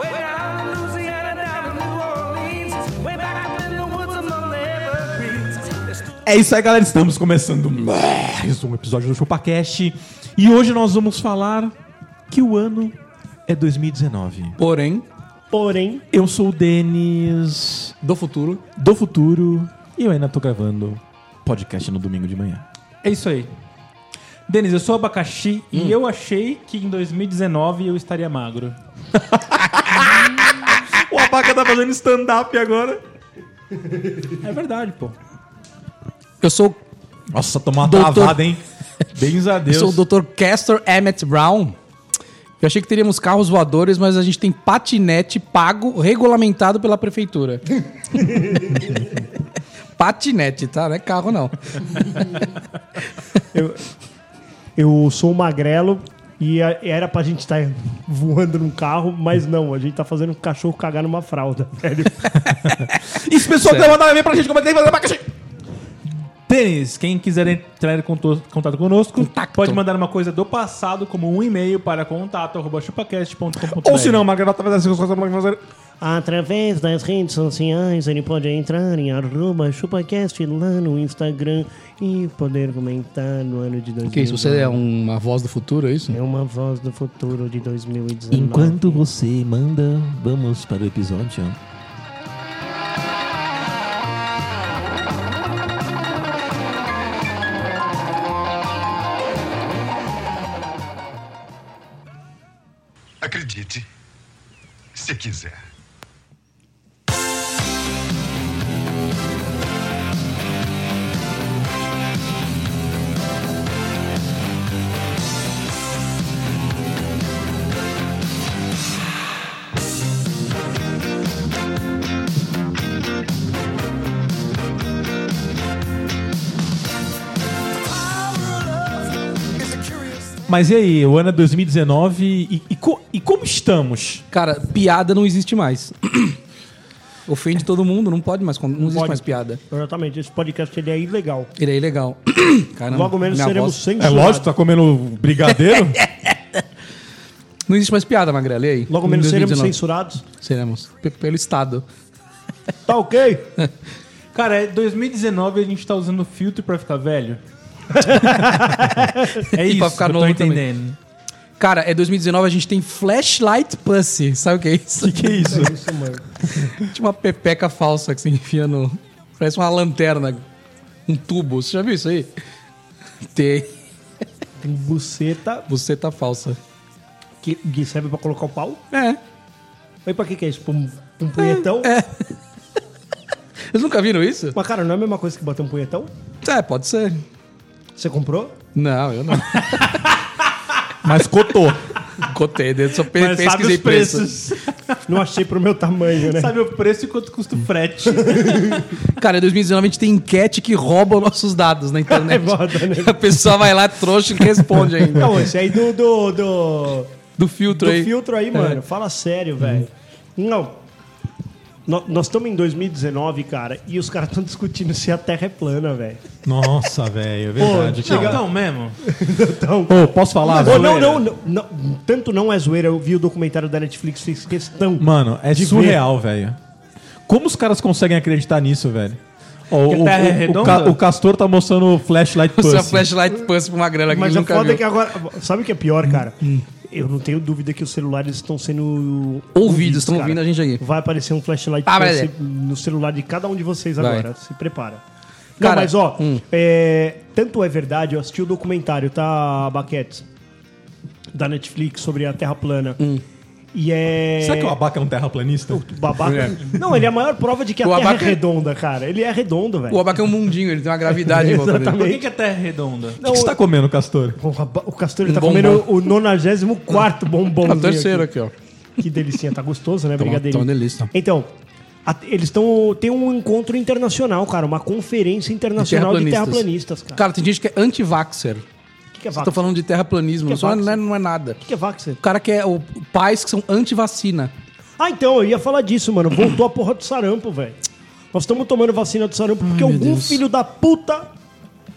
Way down in Louisiana, down in New Orleans, way back up in the woods among the evergreens. There's two É isso aí, galera. Estamos começando mais um episódio do ChupaCast. E hoje nós vamos falar que o ano é 2019. Porém, Porém, Eu sou o Denis do futuro. do futuro e eu ainda tô gravando podcast no domingo de manhã. é isso aí. Denis, eu sou abacaxi Hum. e eu achei que em 2019 eu estaria magro. O Abaca tá fazendo stand-up agora. É verdade, pô. Eu sou, Nossa, tomou uma Doutor- travada, hein? Bens a eu Deus. sou o Dr. Castor Emmett Brown. Eu achei que teríamos carros voadores, mas a gente tem patinete pago, regulamentado pela prefeitura. patinete, tá? Não é carro, não. Eu, eu sou um magrelo e a- era pra gente estar voando num carro, mas não, a gente tá fazendo um cachorro cagar numa fralda, velho. Isso, pessoal, que vai mandar um e-mail pra gente como é que tem que fazer abacaxi. Denis, quem quiser entrar em conto- contato conosco, Contacto. pode mandar uma coisa do passado, como um e-mail para contato.chupacast.com.br. Ou se não, Magrela tá assim fazendo essas coisas pra fazer. Através das redes sociais, ele pode entrar em arroba chupacast lá no Instagram e poder comentar no ano de 2019. Que isso, você é uma voz do futuro, é isso? É uma voz do futuro de 2019. Enquanto você manda, vamos para o episódio. Acredite, se quiser. Mas e aí, o ano é 2019 e, e co- e como estamos? Cara, piada não existe mais. Ofende todo mundo, não pode mais, con- não existe pode. mais piada. Exatamente, esse podcast ele é ilegal. Ele é ilegal. Caramba, Logo menos minha seremos voz- É censurados. lógico, tá comendo brigadeiro? Não existe mais piada, Magrela, e aí? Logo Em menos seremos 2019. censurados. Seremos. P- Pelo Estado. Tá ok? Cara, é 2019 a gente tá usando filtro pra ficar velho. é isso, pra ficar eu tô novo entendendo. Cara, é 2019, a gente tem Flashlight Pussy. Sabe o que é isso? que isso? Tinha uma pepeca falsa que você enfia no... Parece uma lanterna. Um tubo. Você já viu isso aí? Tem. Tem buceta Você tá falsa. que, que serve pra colocar o pau. É. Aí pra que que é isso? Pra um, um punhetão? Vocês nunca viram isso? Mas, cara, não é a mesma coisa que bater um punhetão? É, pode ser. Você comprou? Não, eu não. Mas cotou. Cotei, eu só pe- Mas sabe pesquisei os preço. preços. Não achei pro meu tamanho, né? Sabe o preço e quanto custa o frete. Cara, em 2019 a gente tem enquete que rouba os nossos dados na É internet. foda, né? A pessoa vai lá, trouxa, e responde ainda. Não, esse aí do, do, do, Do do filtro aí. filtro aí, mano. Fala sério, velho. Não. No- Nós estamos em 2019, cara, e os caras estão discutindo se a Terra é plana, velho. Nossa, velho, é verdade. Não, não mesmo. Então... Ô, posso falar? Ô, não, velho? não, não, não. Tanto não é zoeira. Eu vi o documentário da Netflix, fez questão. Mano, é de ver. surreal, velho. Como os caras conseguem acreditar nisso, velho? Ó, Que a o, Terra é o- o redonda? Ca- o Castor tá mostrando o flashlight Sua pussy. flashlight pussy pra uma grana que Mas ele a nunca foda viu. é que agora. Sabe o que é pior, cara? Eu não tenho dúvida que os celulares estão sendo. Ouvidos, estão cara. ouvindo a gente aqui. Vai aparecer um flashlight Ah, pra mas você- é. no celular de cada um de vocês Vai. agora. Se prepara. Cara, não, mas ó, hum. é, tanto é verdade, eu assisti o Hum. documentário, tá, Baquete? Da Netflix sobre a Terra plana. E é. Será que o Abaca é um terraplanista? Babaca. É. Não, ele é a maior prova de que a O Terra abaca- é redonda, cara. Ele é redondo, velho. O abaca é um mundinho, ele tem uma gravidade em volta dele. Por que, que a Terra é redonda? O que você tá comendo, Castor? O, raba- o Castor ele Um tá bombom. comendo o 94 bombom. A terceira Tá, aqui, ó. Que delícia, tá gostoso, né? Tá uma- Brigadeirinho. tá uma delícia. Então, a- eles estão. Tem um encontro internacional, cara. Uma conferência internacional de terraplanistas, cara. Cara, tem gente que é anti-vaxxer. O que, que é Tô Vaxer? O falando de terraplanismo, Que só vaxxer? não é, não é nada. que, que é Vaxer? O cara que é o pais que são anti-vacina. Ah, então, eu ia falar disso, mano. Voltou a porra do sarampo, velho. Nós estamos tomando vacina do sarampo porque meu algum Deus. filho da puta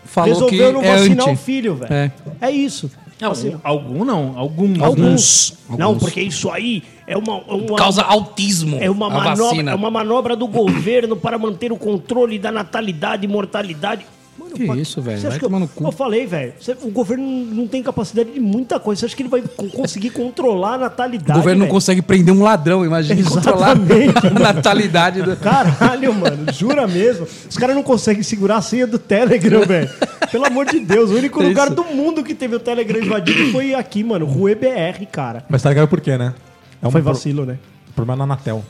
Falou resolveu que não é vacinar anti. o filho, velho. É. É. isso. Algum, Vacina. algum não, alguns. Alguns. Não, Alguns. porque isso aí é uma, é uma- Causa autismo. é uma a manobra, vacina. é uma manobra do governo para manter o controle da natalidade e mortalidade. Mano, Que pra- isso, velho? Você acha Vai que eu, tomar no cu. eu falei, velho. você- O governo não tem capacidade de muita coisa. Você acha que ele vai co- conseguir controlar a O natalidade? governo não velho? consegue prender um ladrão, imagina controlar Exatamente. a natalidade do. Caralho, mano, jura mesmo? Os caras não conseguem segurar a senha do Telegram, velho. Pelo amor de Deus, o único É lugar isso. do mundo que teve o Telegram invadido foi aqui, mano. Rue BR, cara. Mas tá ligado por quê, né? É um Foi pro- vacilo, né? problema na Anatel.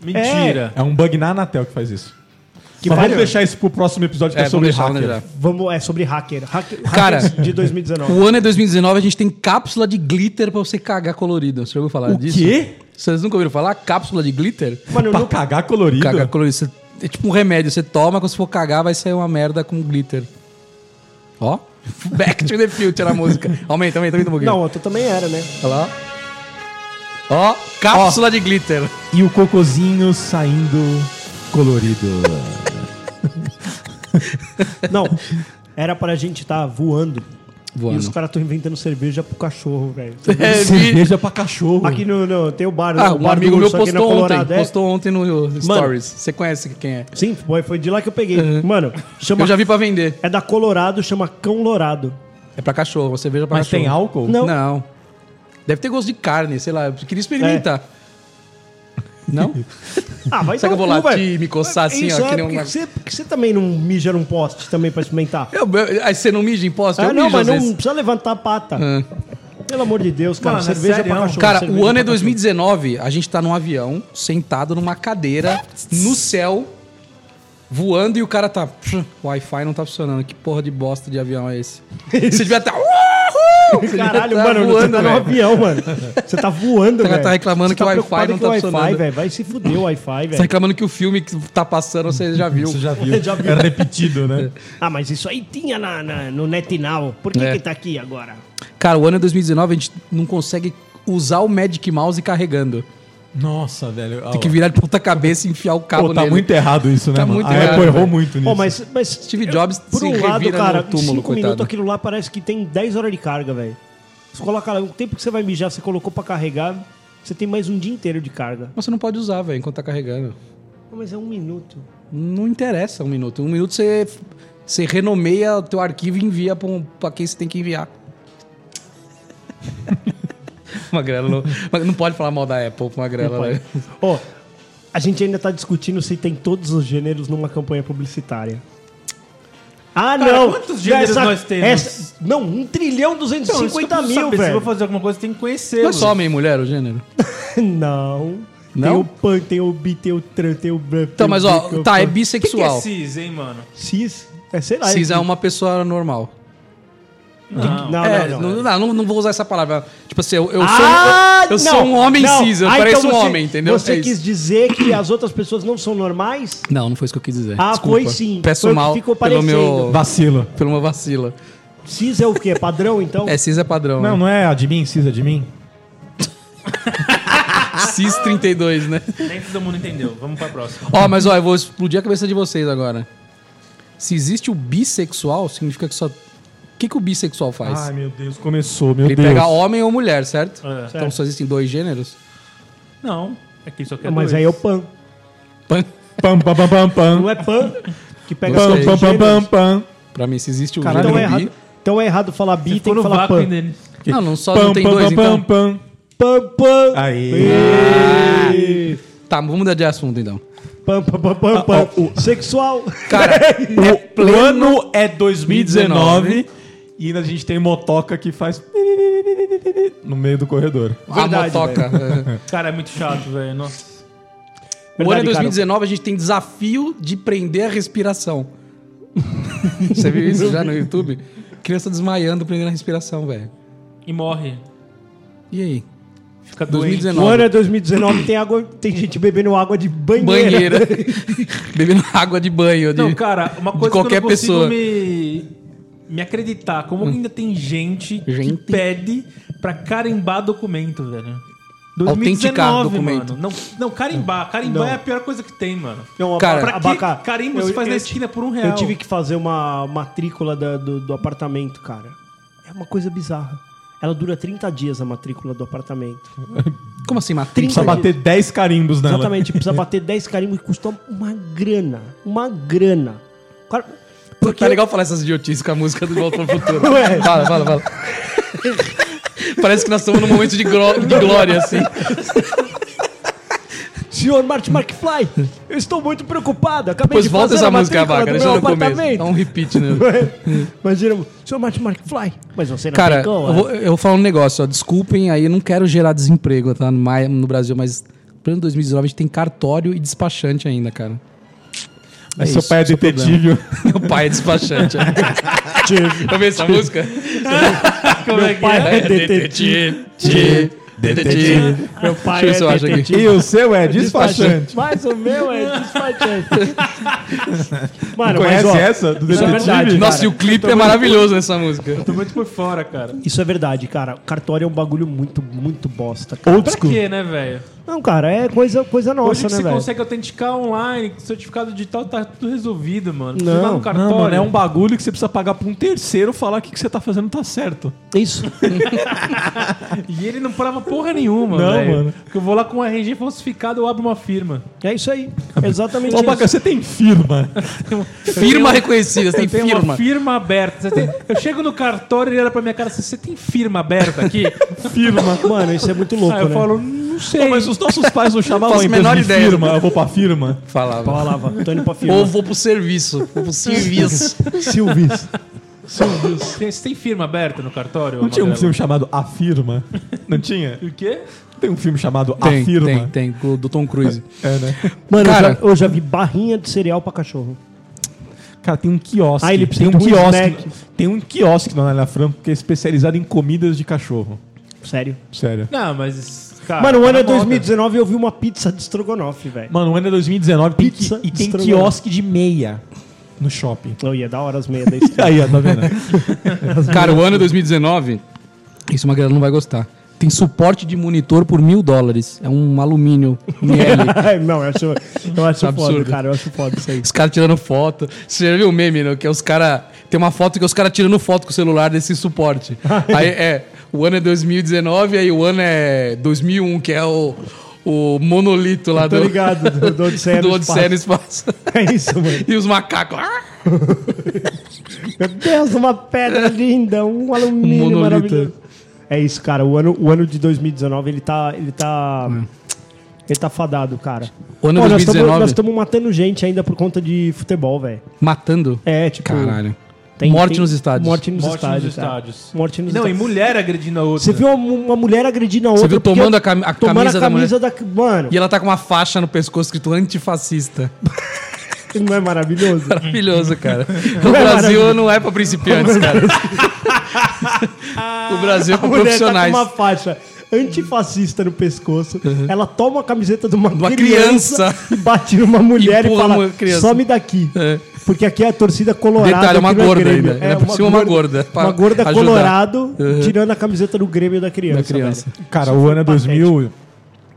Mentira. É um bug na Anatel que faz isso. É, Que Mas vale- vamos deixar isso pro próximo episódio que é, É, sobre vamos deixar, hacker. né, já. Vamos, é sobre hacker. Hacker- Cara, hackers de 2019. O ano é 2019, a gente tem cápsula de glitter pra você cagar colorido. Você já ouviu falar O disso? quê? Vocês nunca ouviram falar? Cápsula de glitter? Mano, eu Pra nunca- cagar colorido? Cagar colorido. Você- é tipo um remédio. Você toma, quando você for cagar, vai sair uma merda com glitter. Ó. Back to the future a música. Aumenta, aumenta, aumenta um pouquinho. Não, tu também era, né? Olha lá. Ó, cápsula de glitter. E o cocôzinho saindo colorido. Não, era pra gente estar voando. E os Voando. caras estão inventando cerveja pro cachorro, velho. É, vi- Cerveja pra cachorro. Aqui no, no- tem o bar, né? Ah, o um bar amigo do meu Urso aqui na postou ontem. Colorado, é. Postou ontem no Stories. Você conhece quem é? Sim, foi, foi de lá que eu peguei. Mano, chama Eu já vi pra vender. É da Colorado, chama Cão Lourado. É pra cachorro, você veja pra Mas cachorro. tem álcool? Não. Não. Deve ter gosto de carne, sei lá. Eu queria experimentar. É. Não? Ah, vai Será que eu tomar vou no cu, latir velho. e me coçar assim, Isso ó, é, que nem porque uma- você, porque você também não mija num poste também pra experimentar? Eu, eu- aí você não mija em posto? ah, eu não, mijo às mas não vezes. precisa levantar a pata. Pelo amor de Deus, cara. Mano, é cerveja sério, pra não. cachorro. Cara, cerveja o ano é pra cachorro. 2019, a gente tá num avião, sentado numa cadeira, no céu, voando e o cara tá... "Pff, O Wi-Fi não tá funcionando. Que porra de bosta de avião é esse? Você devia tá, estar... Caralho, mano, você tá né? no avião, mano. Você tá voando, Tá- velho. tá reclamando Você que o Wi-Fi preocupado não com o tá Wi-Fi, funcionando. velho. Vai se fuder o Wi-Fi, Tá velho. reclamando que o filme que tá passando você já viu. Você já viu. Já viu. É repetido, né? Ah, mas isso aí tinha na, na- no NetNow. Por que É. que tá aqui agora? Cara, o ano é 2019, a gente não consegue usar o Magic Mouse carregando. Nossa, velho. Tem que virar de ponta cabeça e enfiar o cabo Pô, tá nele. muito errado isso, né? Tá mano? muito a errado, Apple errou velho. muito nisso. Ó, mas, mas Steve Jobs por se um lado, revira cara, no túmulo, em 5 coitado. minutos aquilo lá parece que tem 10 horas de carga, velho. Você coloca lá, o tempo que você vai mijar, você colocou pra carregar, você tem mais um dia inteiro de carga. Mas Você não pode usar, velho, enquanto tá carregando. Ah, Mas é um minuto. Não interessa um minuto. Um minuto você, você renomeia o teu arquivo e envia pra, um, pra quem você tem que enviar. Magrela, não, mas não pode falar mal da Apple pra Magrela, né? Ó, a gente ainda tá discutindo se tem todos os gêneros numa campanha publicitária. Ah, Cara, não! quantos gêneros nós temos? não, 1 trilhão Então, isso que eu 250 preciso mil, saber. Se eu vou velho. fazer alguma coisa, tem que conhecer. Não é só homem e mulher o gênero? Não. Tem Não? o pan, tem o bi, tem o tran, tem o... Então, mas ó, tá, é O que, que é bissexual. cis, hein, mano? Cis? É, sei lá. Cis é uma pessoa normal. Não. Não, é, não, não, não. não, não, não vou usar essa palavra. Tipo assim, eu, eu sou, Ah, eu, eu sou não, um homem não. cis, eu Ah, pareço então um você- homem, entendeu? Você É isso. quis dizer que as outras pessoas não são normais? Não, não foi isso que eu quis dizer. Ah, Desculpa. foi sim. Peço Foi o que mal ficou pelo meu, Vacilo. pelo meu vacila. Cis é o quê? Padrão, então? É, cis é padrão. Não, né? não é admin, cis admin? Cis 32, né? Nem todo mundo entendeu. Vamos pra próxima. ó, mas ó, eu vou explodir a cabeça de vocês agora. Se existe o bissexual, significa que só... O que, que o bissexual faz? Ai, meu Deus, começou, meu Ele Deus. pega homem ou mulher, certo? É. Então só existem dois gêneros? Não. Aqui só quer Mas dois. aí é o pan. Pan- Pam, pam, pam, pam, pam. Não é pan que pega Pan, todos Pam, os pam, pam, gêneros. pam. Pra mim, se existe o Caralho, então é gênero errado. um bi... Então é errado falar bi, tem Ficou que no falar vácuo, pan. hein, Denis? Não, não, só Pam, não tem pam, dois, pam, então. pam, pam. Pam, pam. Aí. Tá, vamos mudar de assunto, então. Pam, pam, pam, pam, Ah, pam. Sexual. Cara, é O, o ano é 2019 e ainda a gente tem motoca que faz no meio do corredor. a Verdade, motoca. é. Cara, é muito chato, velho. Nossa. Verdade, o ano é cara. 2019 a gente tem desafio de prender a respiração. Você viu isso já no YouTube? Criança desmaiando, prendendo a respiração, velho. E morre. E aí? Fica doente. 2019. O ano é 2019, tem, água, tem gente bebendo água de banheira. banheira. Bebendo água de banho. de- Não, cara, uma de coisa qualquer que eu não consigo pessoa. me, me acreditar. Como ainda tem gente, Gente. que pede pra carimbar documento, velho. Autenticar 2019, documento. Mano. Não, não, carimbar. Carimbar é a pior coisa que tem, mano. Não, Cara, abaca- pra que abaca- carimbo se faz na esquina por um real? Eu tive que fazer uma matrícula da- do, do apartamento, cara. É uma coisa bizarra. Ela dura 30 dias a matrícula do apartamento. Como assim, matriz? Precisa bater 10 carimbos nela. Exatamente, precisa bater 10 carimbos e custa uma grana. Uma grana. Cara, porque Tá legal falar essas idiotices com a música do Volta pro Futuro. Ué. Fala, fala, fala. Parece que nós estamos num momento de, gro- de glória, assim. Senhor Marty McFly, eu estou muito preocupado. Acabei Depois de volta fazer essa a música, matrícula vaca. do Deixa meu no começo. Dá um apartamento. repeat, né? Imagina, senhor Marty McFly, mas você não Cara, pegou, eu né? vou, eu vou falar um negócio, ó. Desculpem aí, eu não quero gerar desemprego, tá? No, mai- no Brasil, mas plano 2019 a gente tem cartório e despachante ainda, cara. Mas seu pai é detetive. Meu pai é despachante. Vamos ver essa música? Como é que é? né? pai é detetive. Detetive. Detetive. Meu pai Deixa eu ver se eu acho aqui. e o seu é despachante. Mas o meu é despachante. Mano, Conhece mas, ó, essa do isso é detetive? verdade. Nossa, Cara, e o clipe é maravilhoso nessa música. Tô muito por fora, cara. Isso é verdade, cara. Cartório é um bagulho muito, muito bosta, cara. Old Pra school. quê, né, velho? Não, cara, é coisa, coisa Hoje nossa, que né, você velho? consegue autenticar online, certificado digital, tá tudo resolvido, mano. Não. Precisa ir lá no cartório. Não, mano, é um bagulho que você precisa pagar pra um terceiro falar que o que você tá fazendo tá certo. Isso. E ele não prova porra nenhuma, Não, velho. mano. Porque eu vou lá com um RG falsificado, eu abro uma firma. É isso aí. Exatamente Ô, Baca, isso. você tem firma. Firma reconhecida, você tem Eu tenho firma. uma firma aberta. Você tem- Eu chego no cartório e ele olha pra minha cara assim, você tem firma aberta aqui? Um Firma. Mano, isso é muito louco, Aí eu né? falo, não sei. Pô, mas os nossos pais não chamavam Faço a a empresa menor de ideia. firma. Eu vou pra firma. Falava. Falava, Tony pra firma. Ou vou pro serviço. Vou pro serviço. Silvis. Tem- Você tem firma aberta no cartório? Não tinha um Amarelo? filme chamado A Firma? Não tinha? O quê? Tem um filme chamado Tem, A Firma. tem, tem. Do do Tom Cruise. É, né? Mano, eu Cara- já- eu já vi barrinha de cereal pra cachorro. Cara, tem um quiosque. Ah, ele tem um precisa de um quiosque. snack. Tem um quiosque na Anália Franco que é especializado em comidas de cachorro. Sério. Sério. Não, mas. Cara, Mano, o tá ano na é moda. 2019 e eu vi uma pizza de estrogonofe, velho. Mano, o ano é 2019 tem Pizza qui- e tem estrogonofe. quiosque de meia no shopping. Eu Oh, ia dar horas meia da esquina. Aí, ó, tá vendo? Tá Cara, o ano é 2019, isso é uma galera não vai gostar. Tem suporte de monitor por mil dólares. É um alumínio ML. Ai, Não, eu acho, eu acho foda, É, Absurdo. cara. Eu acho foda isso aí. Os caras tirando foto. Você já viu o meme, né? Que é os caras. Tem uma foto que é os caras tirando foto com o celular desse suporte. aí é. O ano é 2019, aí o ano é 2001, que é o, o monolito lá Tô do. ligado, do, do Odisseia do no Odisseia no espaço. espaço. É isso, mano. e os macacos. Ah! Meu Deus, uma pedra linda, um alumínio monolito. maravilhoso. É isso, cara. O ano, o ano de 2019, ele tá. Ele tá. Ele tá fadado, cara. É. O ano Ó, nós 2019. tamo- Nós estamos matando gente ainda por conta de futebol, velho. Matando. É, tipo. Caralho. Morte nos estádios. Morte nos Morte estádios. nos cara. estádios. tá. Morte nos Não, e estádios. mulher agredindo a outra. Você viu uma, uma mulher agredindo a outra. viu porque- tomando a cami- a tomando camisa da da, Mano, E ela tá com uma faixa no pescoço escrito antifascista. não é maravilhoso? Maravilhoso, cara. O Brasil não é pra principiantes, cara. o Brasil é pra A mulher tá com profissionais. Uhum. uma faixa antifascista no pescoço. Ela toma a camiseta de uma, uma criança, criança. e bate numa mulher e, Empurra uma fala: criança. some daqui. É. Porque aqui é a torcida colorada. Detalhe, é uma aqui não gorda Grêmio. ainda. Ela por cima é uma gorda, pra Uma gorda ajudar. Uhum. colorado tirando a camiseta do Grêmio da criança. Da criança. velho. Cara, o ano é 2019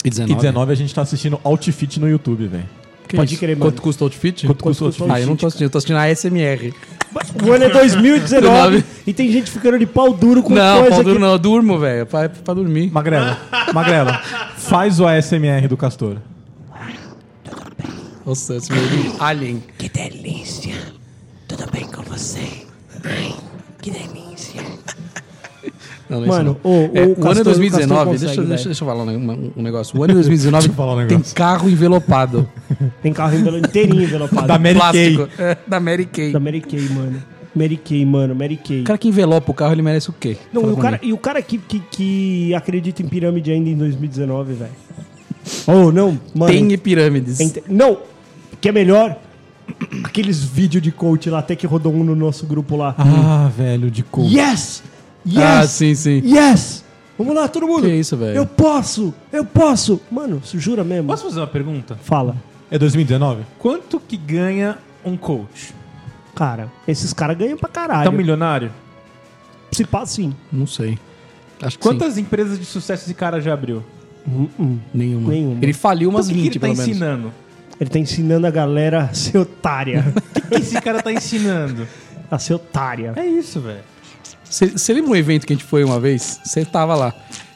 E 19. a gente tá assistindo Outfit no YouTube, velho. Que Pode isso? crer, mano. Quanto custa o outfit? Quanto custa o outfit? Ah, eu não tô assistindo, eu tô assistindo a SMR. O ano é 2019 19. e tem gente ficando de pau duro com Não, coisa pau duro que- não, eu durmo, velho. Pra, pra dormir. Magrela, Magrela, faz o ASMR do Castor. Nossa, esse meu alien. Que delícia! Tudo bem com você? Ai, que delícia! Não, não é Mano, isso não. o- É, o o, ano Castor- é o 2019, Castor deixa, consegue, deixa- velho. deixa eu falar um, um- um negócio. O ano de 2019 Deixa eu falar um tem negócio. carro um envelopado. Tem carro envelo- inteirinho envelopado. Da Mary Kay. É, da Mary Kay. Da Mary Kay, mano. Mary Kay, mano, Mary Kay. O cara que envelopa o carro, ele merece o quê? Não, Fala e o pra cara, mim. e o cara que, que, que acredita em pirâmide ainda em 2019, velho. Oh, não, mano. Tem pirâmides. Ent- Não, que é melhor. Aqueles vídeos de coach lá, até que rodou um no nosso grupo lá. Ah, velho, de cor. Yes! Yes! Ah, sim, sim. Yes! Vamos lá, todo mundo! Que isso, velho? Eu posso! Eu posso! Mano, isso jura mesmo? Posso fazer uma pergunta? Fala. É 2019? Quanto que ganha um coach? Cara, esses caras ganham pra Tá caralho. um milionário? Se passa sim. Não sei. Acho que Quantas empresas de sucesso esse cara já abriu? sim. Nenhuma. nenhuma. Ele faliu umas Então, o que 20, que ele tá pelo menos. ensinando? Ele tá ensinando a galera a ser otária. O que esse cara tá ensinando? a ser otária. É isso, velho. Você você lembra um evento que a gente foi uma vez? Você tava lá.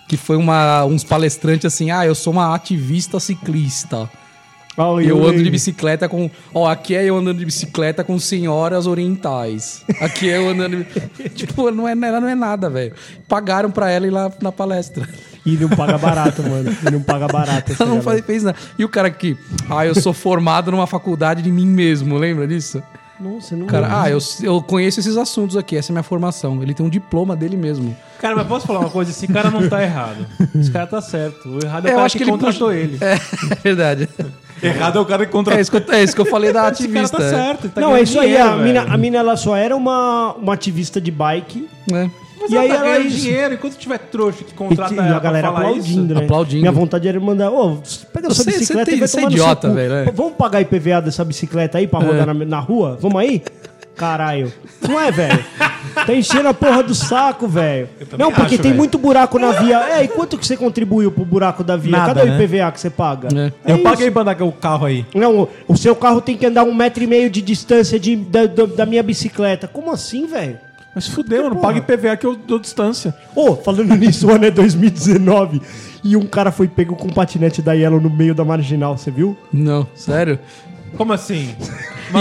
Que foi uma, uns palestrantes assim, ah, eu sou uma ativista ciclista. Olha, Eu ando de lembro. bicicleta com. Ó, aqui é eu andando de bicicleta com senhoras orientais. Aqui é eu andando. de- tipo, não é, ela não é nada, velho. Pagaram pra ela ir lá na palestra. E não paga barato, mano. E não paga barato. tá essa Ela não galera. faz- fez nada. E o cara aqui, ah, eu sou formado numa faculdade de mim mesmo, lembra disso? Nossa, não. O Cara, ah, eu, eu conheço esses assuntos aqui, essa é minha formação. Ele tem um diploma dele mesmo. Cara, mas posso falar uma coisa? Esse cara não tá errado. Esse cara tá certo. O errado é o eu cara acho que, que ele contratou puxa- ele. É, é verdade. Errado é o cara que É contratou. isso que eu, é isso que eu falei da Esse cara ativista. tá certo. ele tá não, é ganhando isso aí. dinheiro, A velho. mina, a mina, ela só era uma, uma ativista de bike. né? Mas e ela aí tá ela ganhando é isso. dinheiro. Enquanto tiver trouxa que E, contrata e ela a galera pra falar aplaudindo, isso... né? Aplaudindo. Minha vontade era mandar, ô, pega essa Você- você bicicleta tem- e vai você é tomar no idiota, seu cu. velho, é. Pô, Vamos pagar IPVA dessa bicicleta aí É. pra rodar na, na rua? Vamos aí? Caralho. Não é, velho? tá enchendo a porra do saco, velho. Não, porque tem muito buraco na via. É, e quanto que você contribuiu pro buraco da via? Nada, Cadê né? É. o IPVA que você paga? É Eu isso. paguei pra andar com o carro aí. Não, o- o seu carro tem que andar um metro e meio de distância de, da, da- da minha bicicleta. Como assim, velho? Mas fudeu, mano. Paga IPVA que eu dou distância. Ô, falando nisso, o ano é 2019 e um cara foi pego com um patinete da Yellow no meio da marginal, você viu? Não, sério. Como assim?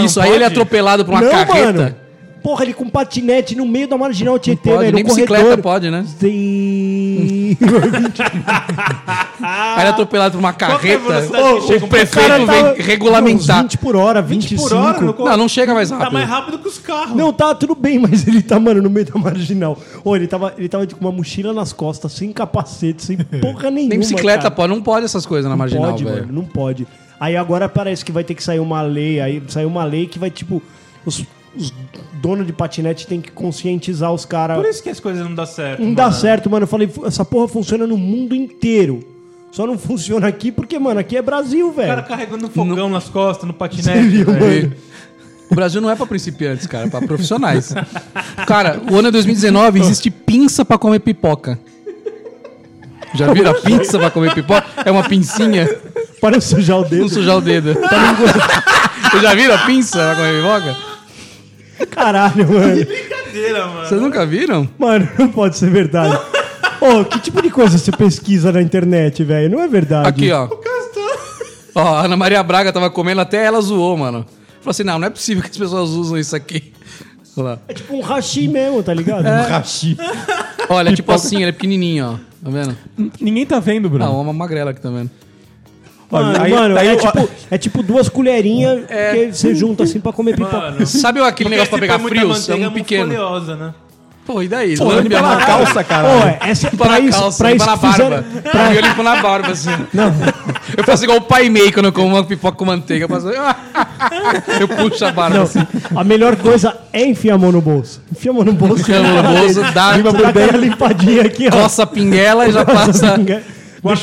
isso aí ele é atropelado por uma carreta. Porra, ele com um patinete no meio da marginal Tietê, pode, velho. nem no bicicleta um corredor. pode, né? Sim. Aí ele é atropelado por uma Ah. que é a carreta. velocidade que chega o um prefeito tava- vem regulamentar. Uns 20 por hora, 25. Por hora, no Não, não chega mais rápido. Tá mais rápido que os carros. Não, tá tudo bem, mas ele tá, mano, no meio da marginal. Ô, ele tava, ele tava com uma mochila nas costas, sem capacete, sem porra nenhuma. Nem bicicleta cara. pode, não pode essas coisas na marginal, pode, velho. mano, não pode. Aí agora parece que vai ter que sair uma lei, aí saiu uma lei que vai, tipo, os, os donos de patinete tem que conscientizar os Por caras. isso que as coisas não dão certo. Não mano. dá certo, mano. Eu falei, "Fu- essa porra funciona no mundo inteiro. Só não funciona aqui porque, mano, aqui é Brasil, O cara velho. carregando um fogão nas costas, no Você patinete. viu, velho. mano? O Brasil não é pra principiantes, cara, é pra profissionais. Cara, o ano é 2019 existe pinça pra comer pipoca. Já viram a pinça pra comer pipoca? É uma pincinha Para eu sujar o pra não dedo. sujar o dedo. Tá Vocês já viram a pinça pra comer pipoca? Caralho, mano. Brincadeira, mano. Vocês nunca viram? Mano, não pode ser verdade. Ô, que tipo de coisa você pesquisa na internet, velho? Não é verdade. Aqui, ó. Ó, a Ana Maria Braga tava comendo, até ela zoou, mano. Falou assim, não, não é possível que as pessoas usam isso aqui. Olha lá. É tipo um hashi mesmo, tá ligado? Rachi. Olha, é tipo assim, ele é pequenininho, ó. Tá vendo? Ninguém tá vendo, Bruno. Não, uma magrela aqui tá também. Mano, Aí- mano, aí é, eu- tipo, é tipo duas colherinhas que você junta assim pra comer pipoca. Mano. Sabe aquele negócio pra Porque se pegar põe muita frio? É manteiga, um pequeno. foliosa, né? Pô, e daí? Lambe a Tá na mão. calça, Pô, cara. é, essa, Limpa pra na isso, calça, pra limpa isso na barba. fizeram, Pra... Eu limpo na barba, assim. Eu faço igual o Pai Mei quando eu como uma pipoca com manteiga. Eu, faço... eu puxo a barba, assim. A melhor coisa é enfiar a mão no bolso. Enfia a mão no bolso. Enfia a mão no bolso, dá- Você dá aquela limpadinha aqui, ó. Coça a pinguela e já passa... Deixa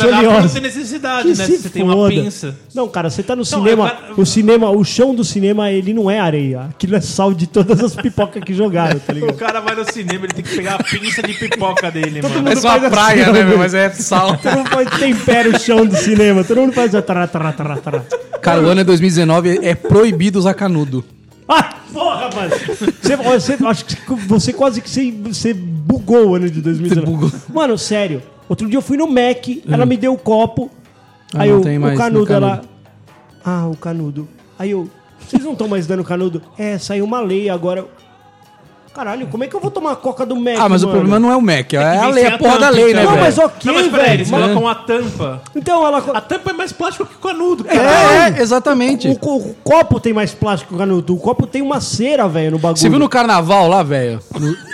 Guardanapo ele, ó. não tem necessidade, é Que né? se Você tem uma foda. pinça. Não, cara, você tá no Não, cinema. é pra- O cinema, o chão do cinema, ele não é areia. Aquilo é sal de todas as pipocas que jogaram, tá O ligado? cara vai no cinema, ele tem que pegar a pinça de pipoca dele, mano. Parece uma faz assim, praia, ó, né, meu? velho. Mas é sal. Todo mundo faz, tempera o chão do cinema. Todo mundo faz. ó, Tará, tará, tará, tará. Cara, o ano é 2019, é proibido usar canudo. Ah, porra, mano! Você, você- acho que você quase que você, você bugou o ano de 2019. Você bugou. É. Mano, sério. Outro dia eu fui no Mac, ela me deu o copo. Ah, aí não eu, tem o mais no canudo, canudo. ela. Ah, o canudo. Aí eu. Vocês não estão mais dando canudo? É, saiu uma lei agora. Caralho, como é que eu vou tomar a coca do Mac? Ah, mas o mano? problema não é o Mac, é, a, vencer lei, a a porra da tampa, lei, né, então. Não, velho? mas ok, Não, mas peraí, velho. eles colocam a tampa. Então, ela. A tampa é mais plástico que o canudo, É, cara. é, exatamente. O, co- o copo tem mais plástico que o canudo. O copo tem uma cera, velho, no bagulho. Você viu no carnaval lá, velho? No-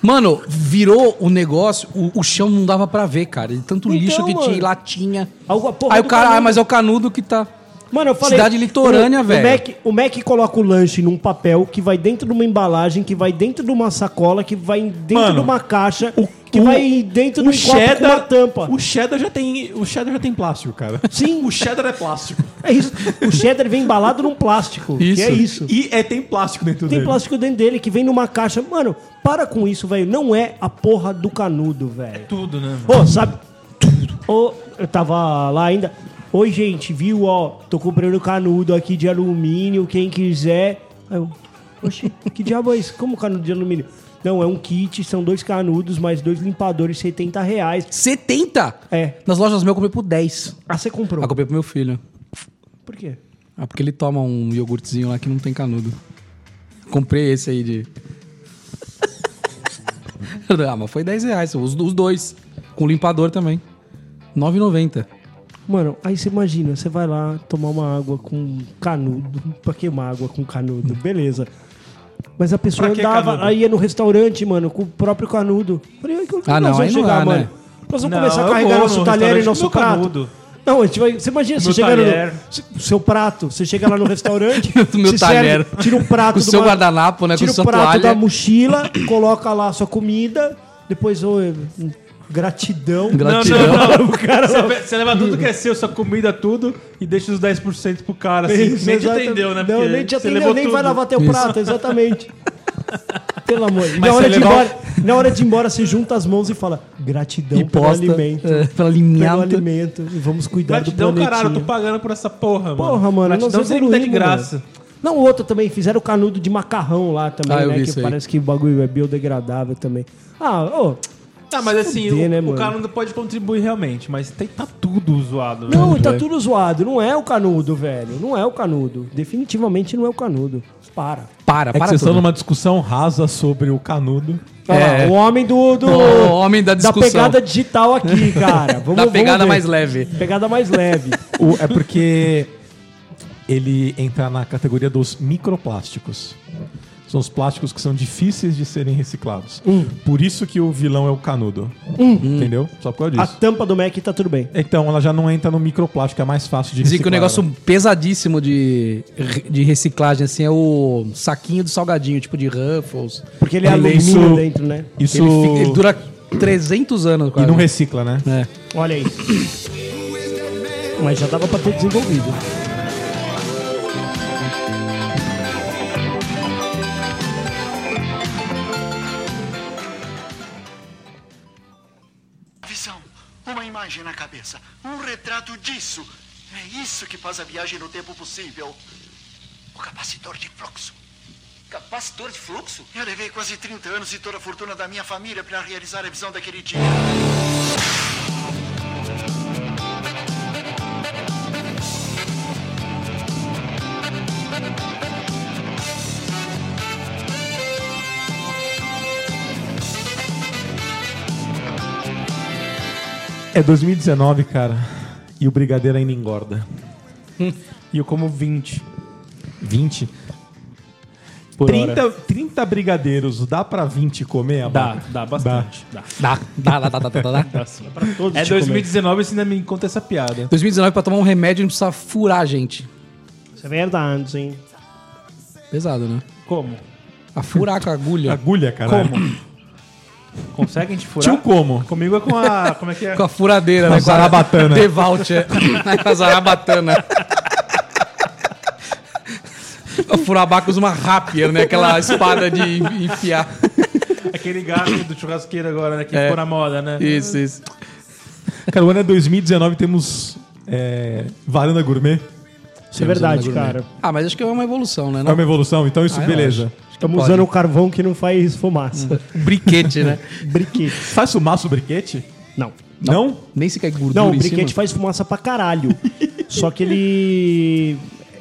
Mano, virou o negócio, o, o chão não dava pra ver, cara. De tanto Então, lixo que mano. tinha, e latinha. Algo- a porra Aí o do cara, canudo. ah, mas é o canudo que tá. Mano, eu falei. Cidade litorânea, o- velho. O Mac, o Mac coloca o lanche num papel que vai dentro de uma embalagem, que vai dentro de uma sacola, que vai dentro Mano, de uma caixa, O- que o- vai dentro de um copo com uma tampa. O cheddar já tem, o cheddar já tem plástico, cara. Sim. O cheddar é plástico. É isso. O cheddar vem embalado num plástico. Que é isso. E é, tem plástico dentro Tem dele. plástico dentro dele que vem numa caixa. Mano, para com isso, velho. Não é a porra do canudo, velho. Tudo, né? Ô, sabe? Ô, eu tava lá ainda. Oi, gente, viu? Ó, tô comprando canudo aqui de alumínio, quem quiser. Aí eu, oxe, que diabo é isso? Como canudo de alumínio? Não, é um kit, são dois canudos, mais dois limpadores, R$ 70 reais. 70? É. Nas lojas meu eu comprei por 10. Ah, você comprou. Ah, comprei pro meu filho. Por quê? Ah, porque ele toma um iogurtezinho lá que não tem canudo. Comprei esse aí de. ah, mas foi 10 reais, os, os dois. Com limpador também. 9,90. Mano, aí você imagina, você vai lá tomar uma água com canudo. Pra que uma água com canudo? Beleza. Mas a pessoa Pra que andava, canudo? aí ia no restaurante, mano, com o próprio canudo. Falei, como que Ah, não, nós vamos aí não chegar, dá, mano? né? Nós vamos Não, começar a eu carregar vou nosso no talher e restaurante com nosso meu prato. canudo. Não, a gente vai. Você imagina, você Meu chega talher. no. se- Seu prato, você chega lá no restaurante. Do meu se talher. tira o prato Com do seu guardanapo, né, com Tira sua o prato toalha. da mochila, coloca lá a sua comida, depois, ô, gratidão. Gratidão. não. Você, pe- você leva tudo que é seu, sua comida, tudo, e deixa os 10% pro cara, assim. Isso, nem te exatamente. atendeu, né? Não, Porque nem te você atendeu, levou nem tudo. vai lavar teu Isso. prato, exatamente. Pelo amor. Mas na, hora você de ir levou- embora, na hora de ir embora, você junta as mãos e fala gratidão E pelo posta. alimento. é, pela Pelo linhada. alimento. E vamos cuidar Gratidão, do planetinha. um caralho, eu tô pagando por essa porra, mano. Porra, mano, Gratidão nós sempre tá de evoluímos, graça. mano. Não, outro também, fizeram canudo de macarrão lá também, Ah, eu né? vi Que isso aí. parece que o bagulho é biodegradável também. Ah, ô. Tá, mas assim, Fuder, o, né, o mano? cara não pode contribuir realmente, mas tem, tá tudo zoado. Não, velho. e tá tudo zoado. Não é o canudo, velho. Não é o canudo. Definitivamente não é o canudo. Para. Para, É que para vocês estão tudo. numa discussão rasa sobre o canudo. Olha lá, É. o homem do. do O homem da discussão. pegada digital aqui, cara. Vamos, Da pegada vamos ver. mais leve. Pegada mais leve. O- é porque ele entra na categoria dos microplásticos. São os plásticos que são difíceis de serem reciclados. Por isso que o vilão é o canudo. Hum. Entendeu? Só por causa A disso. tampa do Mac tá tudo bem. Então, ela já não entra no microplástico, é mais fácil de Dizem que o reciclar. negócio né? pesadíssimo de, de reciclagem, assim, é o saquinho do salgadinho, tipo de Ruffles. Porque ele é Ele- alumínio isso- dentro, né? Isso... Ele, fica- ele dura 300 anos E quase. não recicla, né? É. Olha aí. Mas já dava pra ter desenvolvido. Visão, uma imagem na cabeça, um retrato disso. É isso que faz a viagem no tempo possível. O capacitor de fluxo. Capacitor de fluxo? Eu levei quase 30 anos e toda a fortuna da minha família para realizar a visão daquele dia. É 2019, cara. E o Brigadeiro ainda engorda. E eu como 20. 20? Por 30 30, 30 brigadeiros, dá pra 20 comer? Dá, Amaro? dá bastante. Dá. Dá, dá, dá, dá, dá, dá, dá. Todos É te comer. 2019 você ainda me conta essa piada. 2019, pra tomar um remédio, não precisa furar a gente. Isso é verdade, hein? Pesado, né? Como? A furar com a agulha. Agulha, caralho. Como? Consegue a gente furar? Tio como? Comigo é com a. Como é que é? Com a furadeira, Com a né? zarabatana. Devault, é. Com a zarabatana. O furabaco usa uma rapier, né? Aquela espada de enfiar. Aquele gato do churrasqueiro agora, né? Que É. ficou na moda, né? Isso, isso. Cara, o ano é 2019 temos é, varanda gourmet. Isso é verdade, Temos um cara. gourmet. Ah, mas acho que é uma evolução, né? É Não? uma evolução, então isso, Ah, eu beleza. Estamos pode. usando o carvão que não faz fumaça. Um briquete, né? briquete. Faz fumaça o briquete? Não. Não? Nem sequer gordura Não, o em briquete cima. faz fumaça pra caralho. Só que ele.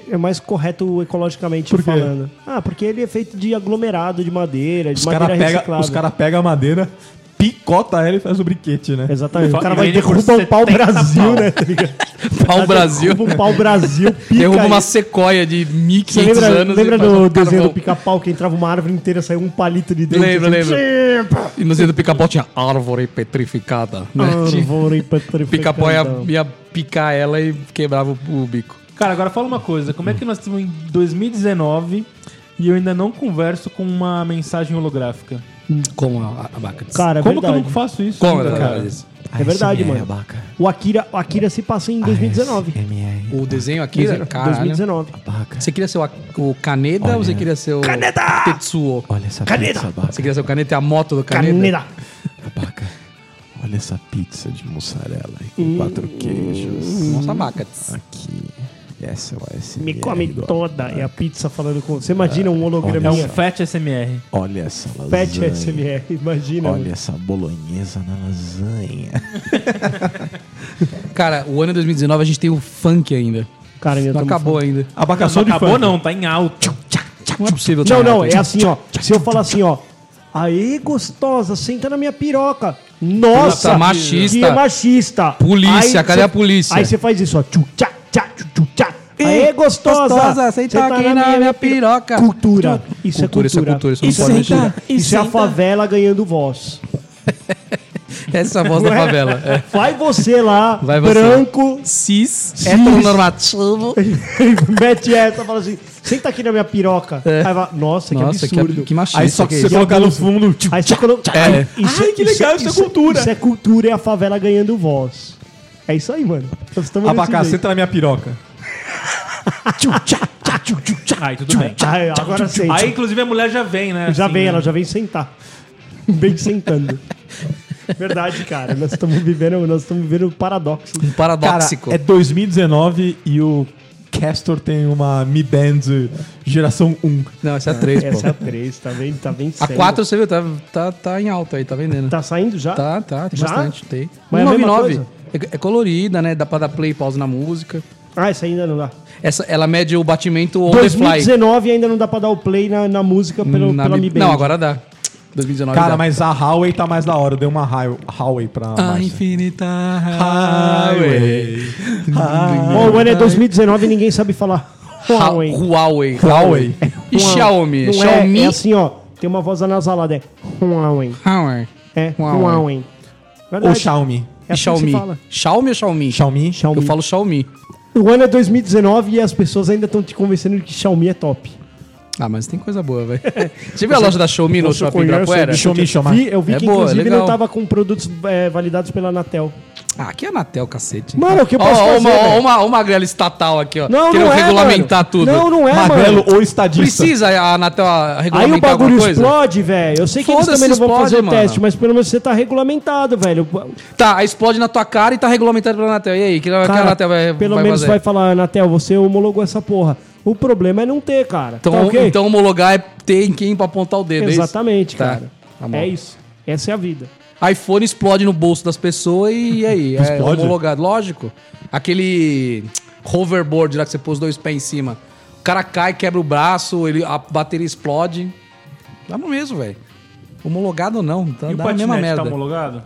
é mais correto ecologicamente Por quê? falando. Ah, porque ele é feito de aglomerado de madeira, de Os madeira caras pegam reciclável. cara pega a madeira, picota ela e faz o briquete, né? Exatamente. O cara vai Vende por derrubar o pau 70 Brasil, pau. né? Tá ligado? Pau Brasil. Derruba o pau Brasil, pica Derruba uma aí. sequoia de Você 1500 lembra, anos. e lembra faz um do desenho do carnaval. pica-pau que entrava uma árvore inteira, saiu um palito de dentro? Lembro, assim, lembro. E no desenho do pica-pau tinha árvore petrificada. Né? Árvore O pica-pau é ia, petrificada. ia picar ela e quebrava o, o bico. Cara, agora fala uma coisa. Como é que nós estamos em 2019 e eu ainda não converso com uma mensagem holográfica? Como a, a vaca. Cara, é Como que eu verdade. nunca faço isso? Como ainda, ela cara? É verdade, mano. O Akira, o Akira se passa em 2019. é O desenho aqui, cara. 2019. Você queria ser o, o Caneda ou você queria ser o Caneda! Tetsuo? Olha essa Caneta! pizza, Você queria ser o Caneta e a moto do Caneda? Caneda. abaca. Olha essa pizza de mussarela aí, com quatro queijos. Nossa, vaca. Aqui. Essa é o SMR Me come do- toda. É a pizza falando com. Você imagina um É holograma? um fat SMR. Olha essa lasanha. Pet SMR. Imagina. Olha mano. essa bolonhesa na lasanha. Cara, o ano é 2019 a gente tem o funk ainda. Cara, ainda Não tamo acabou ainda. Abacação não, não acabou funk. não, tá em alta. Não é possível. Não, não, Thiago. é assim, ó. Se eu falar assim, ó. Aí, gostosa, senta na minha piroca. Nossa, Puta, tá machista. que é machista. Polícia, cadê cê- a polícia? Aí você faz isso, ó. Tchu, tchá, tchá, tchu, tchu, tchá. Aí, Ei, gostosa, gostosa, senta aqui na minha piroca. Cultura. Isso Cultura, é isso é cultura. cultura, isso não pode é cultura. mexer. Isso é a favela ganhando voz. Essa é a voz da favela. É. Vai você lá, Vai você. branco, Cis, é- heteronormativo. mete essa, fala assim, senta aqui na minha piroca. Aí vai, nossa, que É. Nossa, que, absurdo. ab- que é machista. Aí só que você que colocar no fundo. tchum, Aí você colo- É. Isso, Ai, que legal, isso é cultura. Isso é cultura, é a favela ganhando voz. É isso aí, mano. Nós estamos nesse Abacá, jeito. tá- senta na minha piroca. Aí tudo bem. Ai, agora senta. Aí inclusive a mulher já vem, né? já assim, vem, né? ela já vem sentar. Bem sentando. Verdade, cara. Nós estamos vivendo, nós estamos vivendo um paradoxo. Um paradoxico. Cara, é 2019 e o Castor tem uma Mi Band geração 1. Não, essa é a 3, pô. Essa é a 3, tá vendo? Tá vendo? A 4 você viu, tá, tá, tá em alta aí, tá vendendo. Tá saindo já? Tá, tá, tem Já? bastante. Tem. Mas é a mesma 199. É, é colorida, né? Dá pra dar play e pause na música. Ah, essa ainda não dá. Essa, ela mede o batimento on the fly. 2019 ainda não dá pra dar o play na, na música pelo, Na pela Mi- Mi Band. Não, agora dá. 2019 Cara, dá. mas a Huawei tá mais da hora. Eu dei uma Hi- Huawei pra A Márcia. infinita highway. Highway. Ó, o ano é 2019 e ninguém sabe falar. Ha- Huawei. Huawei. Huawei. E Huawei. Xiaomi. Não Xiaomi. É, é assim, ó. Tem uma voz anasalada. É Huawei. Huawei. É Huawei. Huawei. Ou Verdade. Xiaomi. É E assim que se Xiaomi. fala. Xiaomi ou Xiaomi? Xiaomi? Xiaomi. Eu falo Xiaomi. O ano é 2019 e as pessoas ainda estão te convencendo que Xiaomi é top. Ah, mas tem coisa boa, velho. Você viu a loja da Xiaomi no Você shopping conhece Ibirapuera? isso? Xiaomi, Xiaomi. Vi, eu vi É que, boa, inclusive, tá legal. não tava com produtos é, validados pela Anatel. Ah, aqui é Anatel, cacete. Mano, o que eu posso ó, ó, fazer, uma, ó, velho? uma, ó, uma grela estatal aqui, ó. Não, Querendo não é, regulamentar mano. tudo. Não, não é, Magrelo mano. ou estadista. Precisa a Anatel ah, Aí o regulamentar alguma bagulho coisa? explode, velho. Eu sei que eles Foda-se, também não vão explode, fazer mano. teste, mas pelo menos você tá regulamentado, velho. Tá, aí explode na tua cara e tá regulamentado pela Anatel. E aí, que, que a Cara, Anatel vai, pelo vai menos fazer? vai falar, Anatel, você homologou essa porra. O problema é não ter, cara. Então, Tá ok? então homologar é ter em quem pra apontar o dedo, Exatamente, Tá. cara. Tá bom. é isso. Essa é a é vida. isso? iPhone explode no bolso das pessoas e, e aí? é Explode? homologado. Lógico. Aquele hoverboard lá que você pôs os dois pés em cima. O cara cai, quebra o braço, ele, a bateria explode. Dá no mesmo, velho. Homologado ou não, tá, E o dá a mesma patinete tá merda. homologado?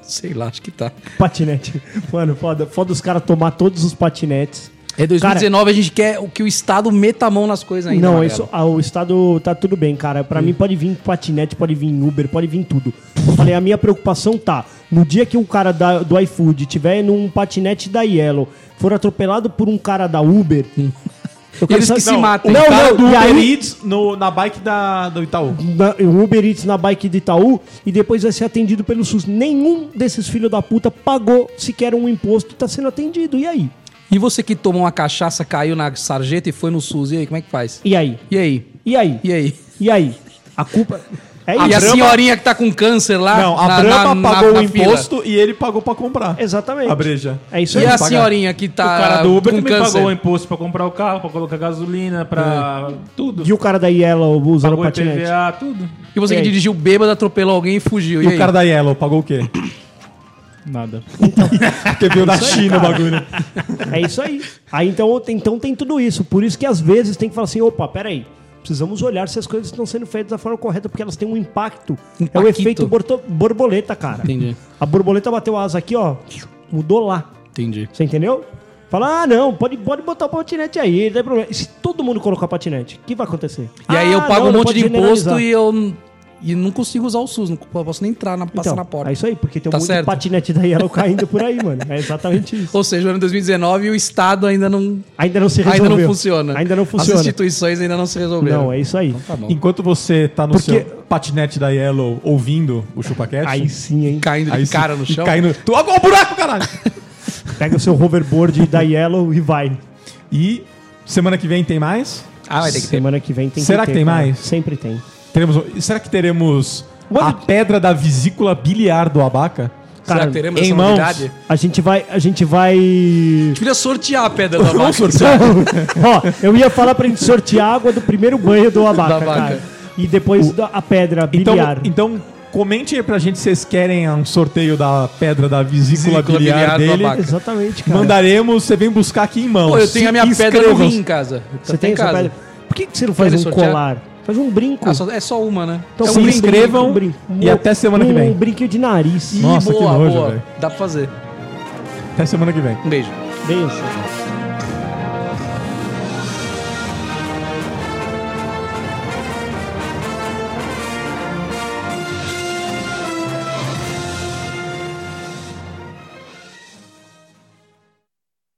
Sei lá, acho que tá. Patinete. Mano, foda, foda os caras tomar todos os patinetes. É 2019, a gente quer o que o Estado meta a mão nas coisas ainda. Não, Magrelo. isso, ah, o Estado tá tudo bem, cara. Pra mim pode vir patinete, pode vir Uber, pode vir tudo. Eu falei, a minha preocupação tá, no dia que um cara da- do iFood tiver num patinete da Yellow, for atropelado por um cara da Uber... eu quero Eles que saber- se Não, matem. Não, Cara não, do e Uber aí- Eats no- na bike da, do Itaú. na, um Uber Eats na bike de Itaú e depois vai ser atendido pelo SUS. Nenhum desses filhos da puta pagou sequer um imposto e tá sendo atendido. E aí? E você que tomou uma cachaça, caiu na sarjeta e foi no SUS, e aí, como é que faz? E aí? E aí? E aí? E aí? E aí? A culpa. É e a isso. senhorinha que tá com câncer lá? Não, a na- Brahma na- pagou na o fila? imposto e ele pagou pra comprar. Exatamente. A breja. É isso aí. E a pagar. senhorinha que tá O cara do Uber com também câncer? pagou o imposto pra comprar o carro, pra colocar gasolina, pra tudo. É. E o cara da Yellow usando o Pagou patinete. IPVA, tudo. E você E que aí? dirigiu bêbado, atropelou alguém e fugiu. E, E aí? o cara da Yellow pagou o quê? Nada. Porque veio da China o bagulho. É isso aí. Aí então, então tem tudo isso. Por isso que às vezes tem que falar assim: opa, peraí. Precisamos olhar se as coisas estão sendo feitas da forma correta, porque elas têm um impacto. É o Impacto. efeito borto- borboleta, cara. Entendi. A borboleta bateu asa aqui, ó. Mudou lá. Entendi. Você entendeu? Fala, ah, não, pode, pode botar o patinete aí, não tem problema. E se todo mundo colocar patinete, o que vai acontecer? E aí eu Ah, pago não, um não monte pode de imposto generalizar. e eu n- e não consigo usar o SUS, não posso nem entrar, na, passar Então, na porta. É isso aí, porque tem um Tá monte certo. de patinete da Yellow caindo por aí, mano. É exatamente isso. Ou seja, o ano 2019 e o Estado ainda não, Ainda não se resolveu. ainda não funciona. Ainda não As funciona. instituições ainda não se resolveram. Não, é isso aí. Tá bom. Enquanto você tá no Porque- seu patinete da Yellow ouvindo o chupaquete. Aí sim, hein? Caindo de aí cara sim, no e chão. Caindo. Tu, olha o buraco, caralho! Pega o seu hoverboard da Yellow e vai. e semana que vem tem mais? Ah, vai ter que ter. Semana que vem tem Será que ter, tem cara. mais? Sempre tem. Teremos, será que teremos Mano- a pedra da vesícula biliar do abaca? Será Cara, que teremos em essa mãos. novidade? A A gente vai. A gente vai. gente podia sortear a pedra da vaca. Ó, eu ia falar pra gente sortear a água do primeiro banho do abaca, Da vaca. cara. E depois da- a pedra Então, biliar. então comente aí pra gente se vocês querem um sorteio da pedra da vesícula, Vesícula biliar, biliar do dele. abaca. Exatamente, cara. Mandaremos, você vem buscar aqui em mãos. Pô, eu tenho a minha Se pedra no inscrevam. rim em casa. Você tem essa pedra. Por que, que você não faz Querem um sortear? colar? Faz um brinco. Ah, só- é só uma, né? Então, se um brinco, inscrevam e Um- até semana que vem. Um brinquinho de nariz. Ih, Nossa, que boa, nojo, boa. velho. Dá pra fazer. Até semana que vem. Um beijo. Beijo.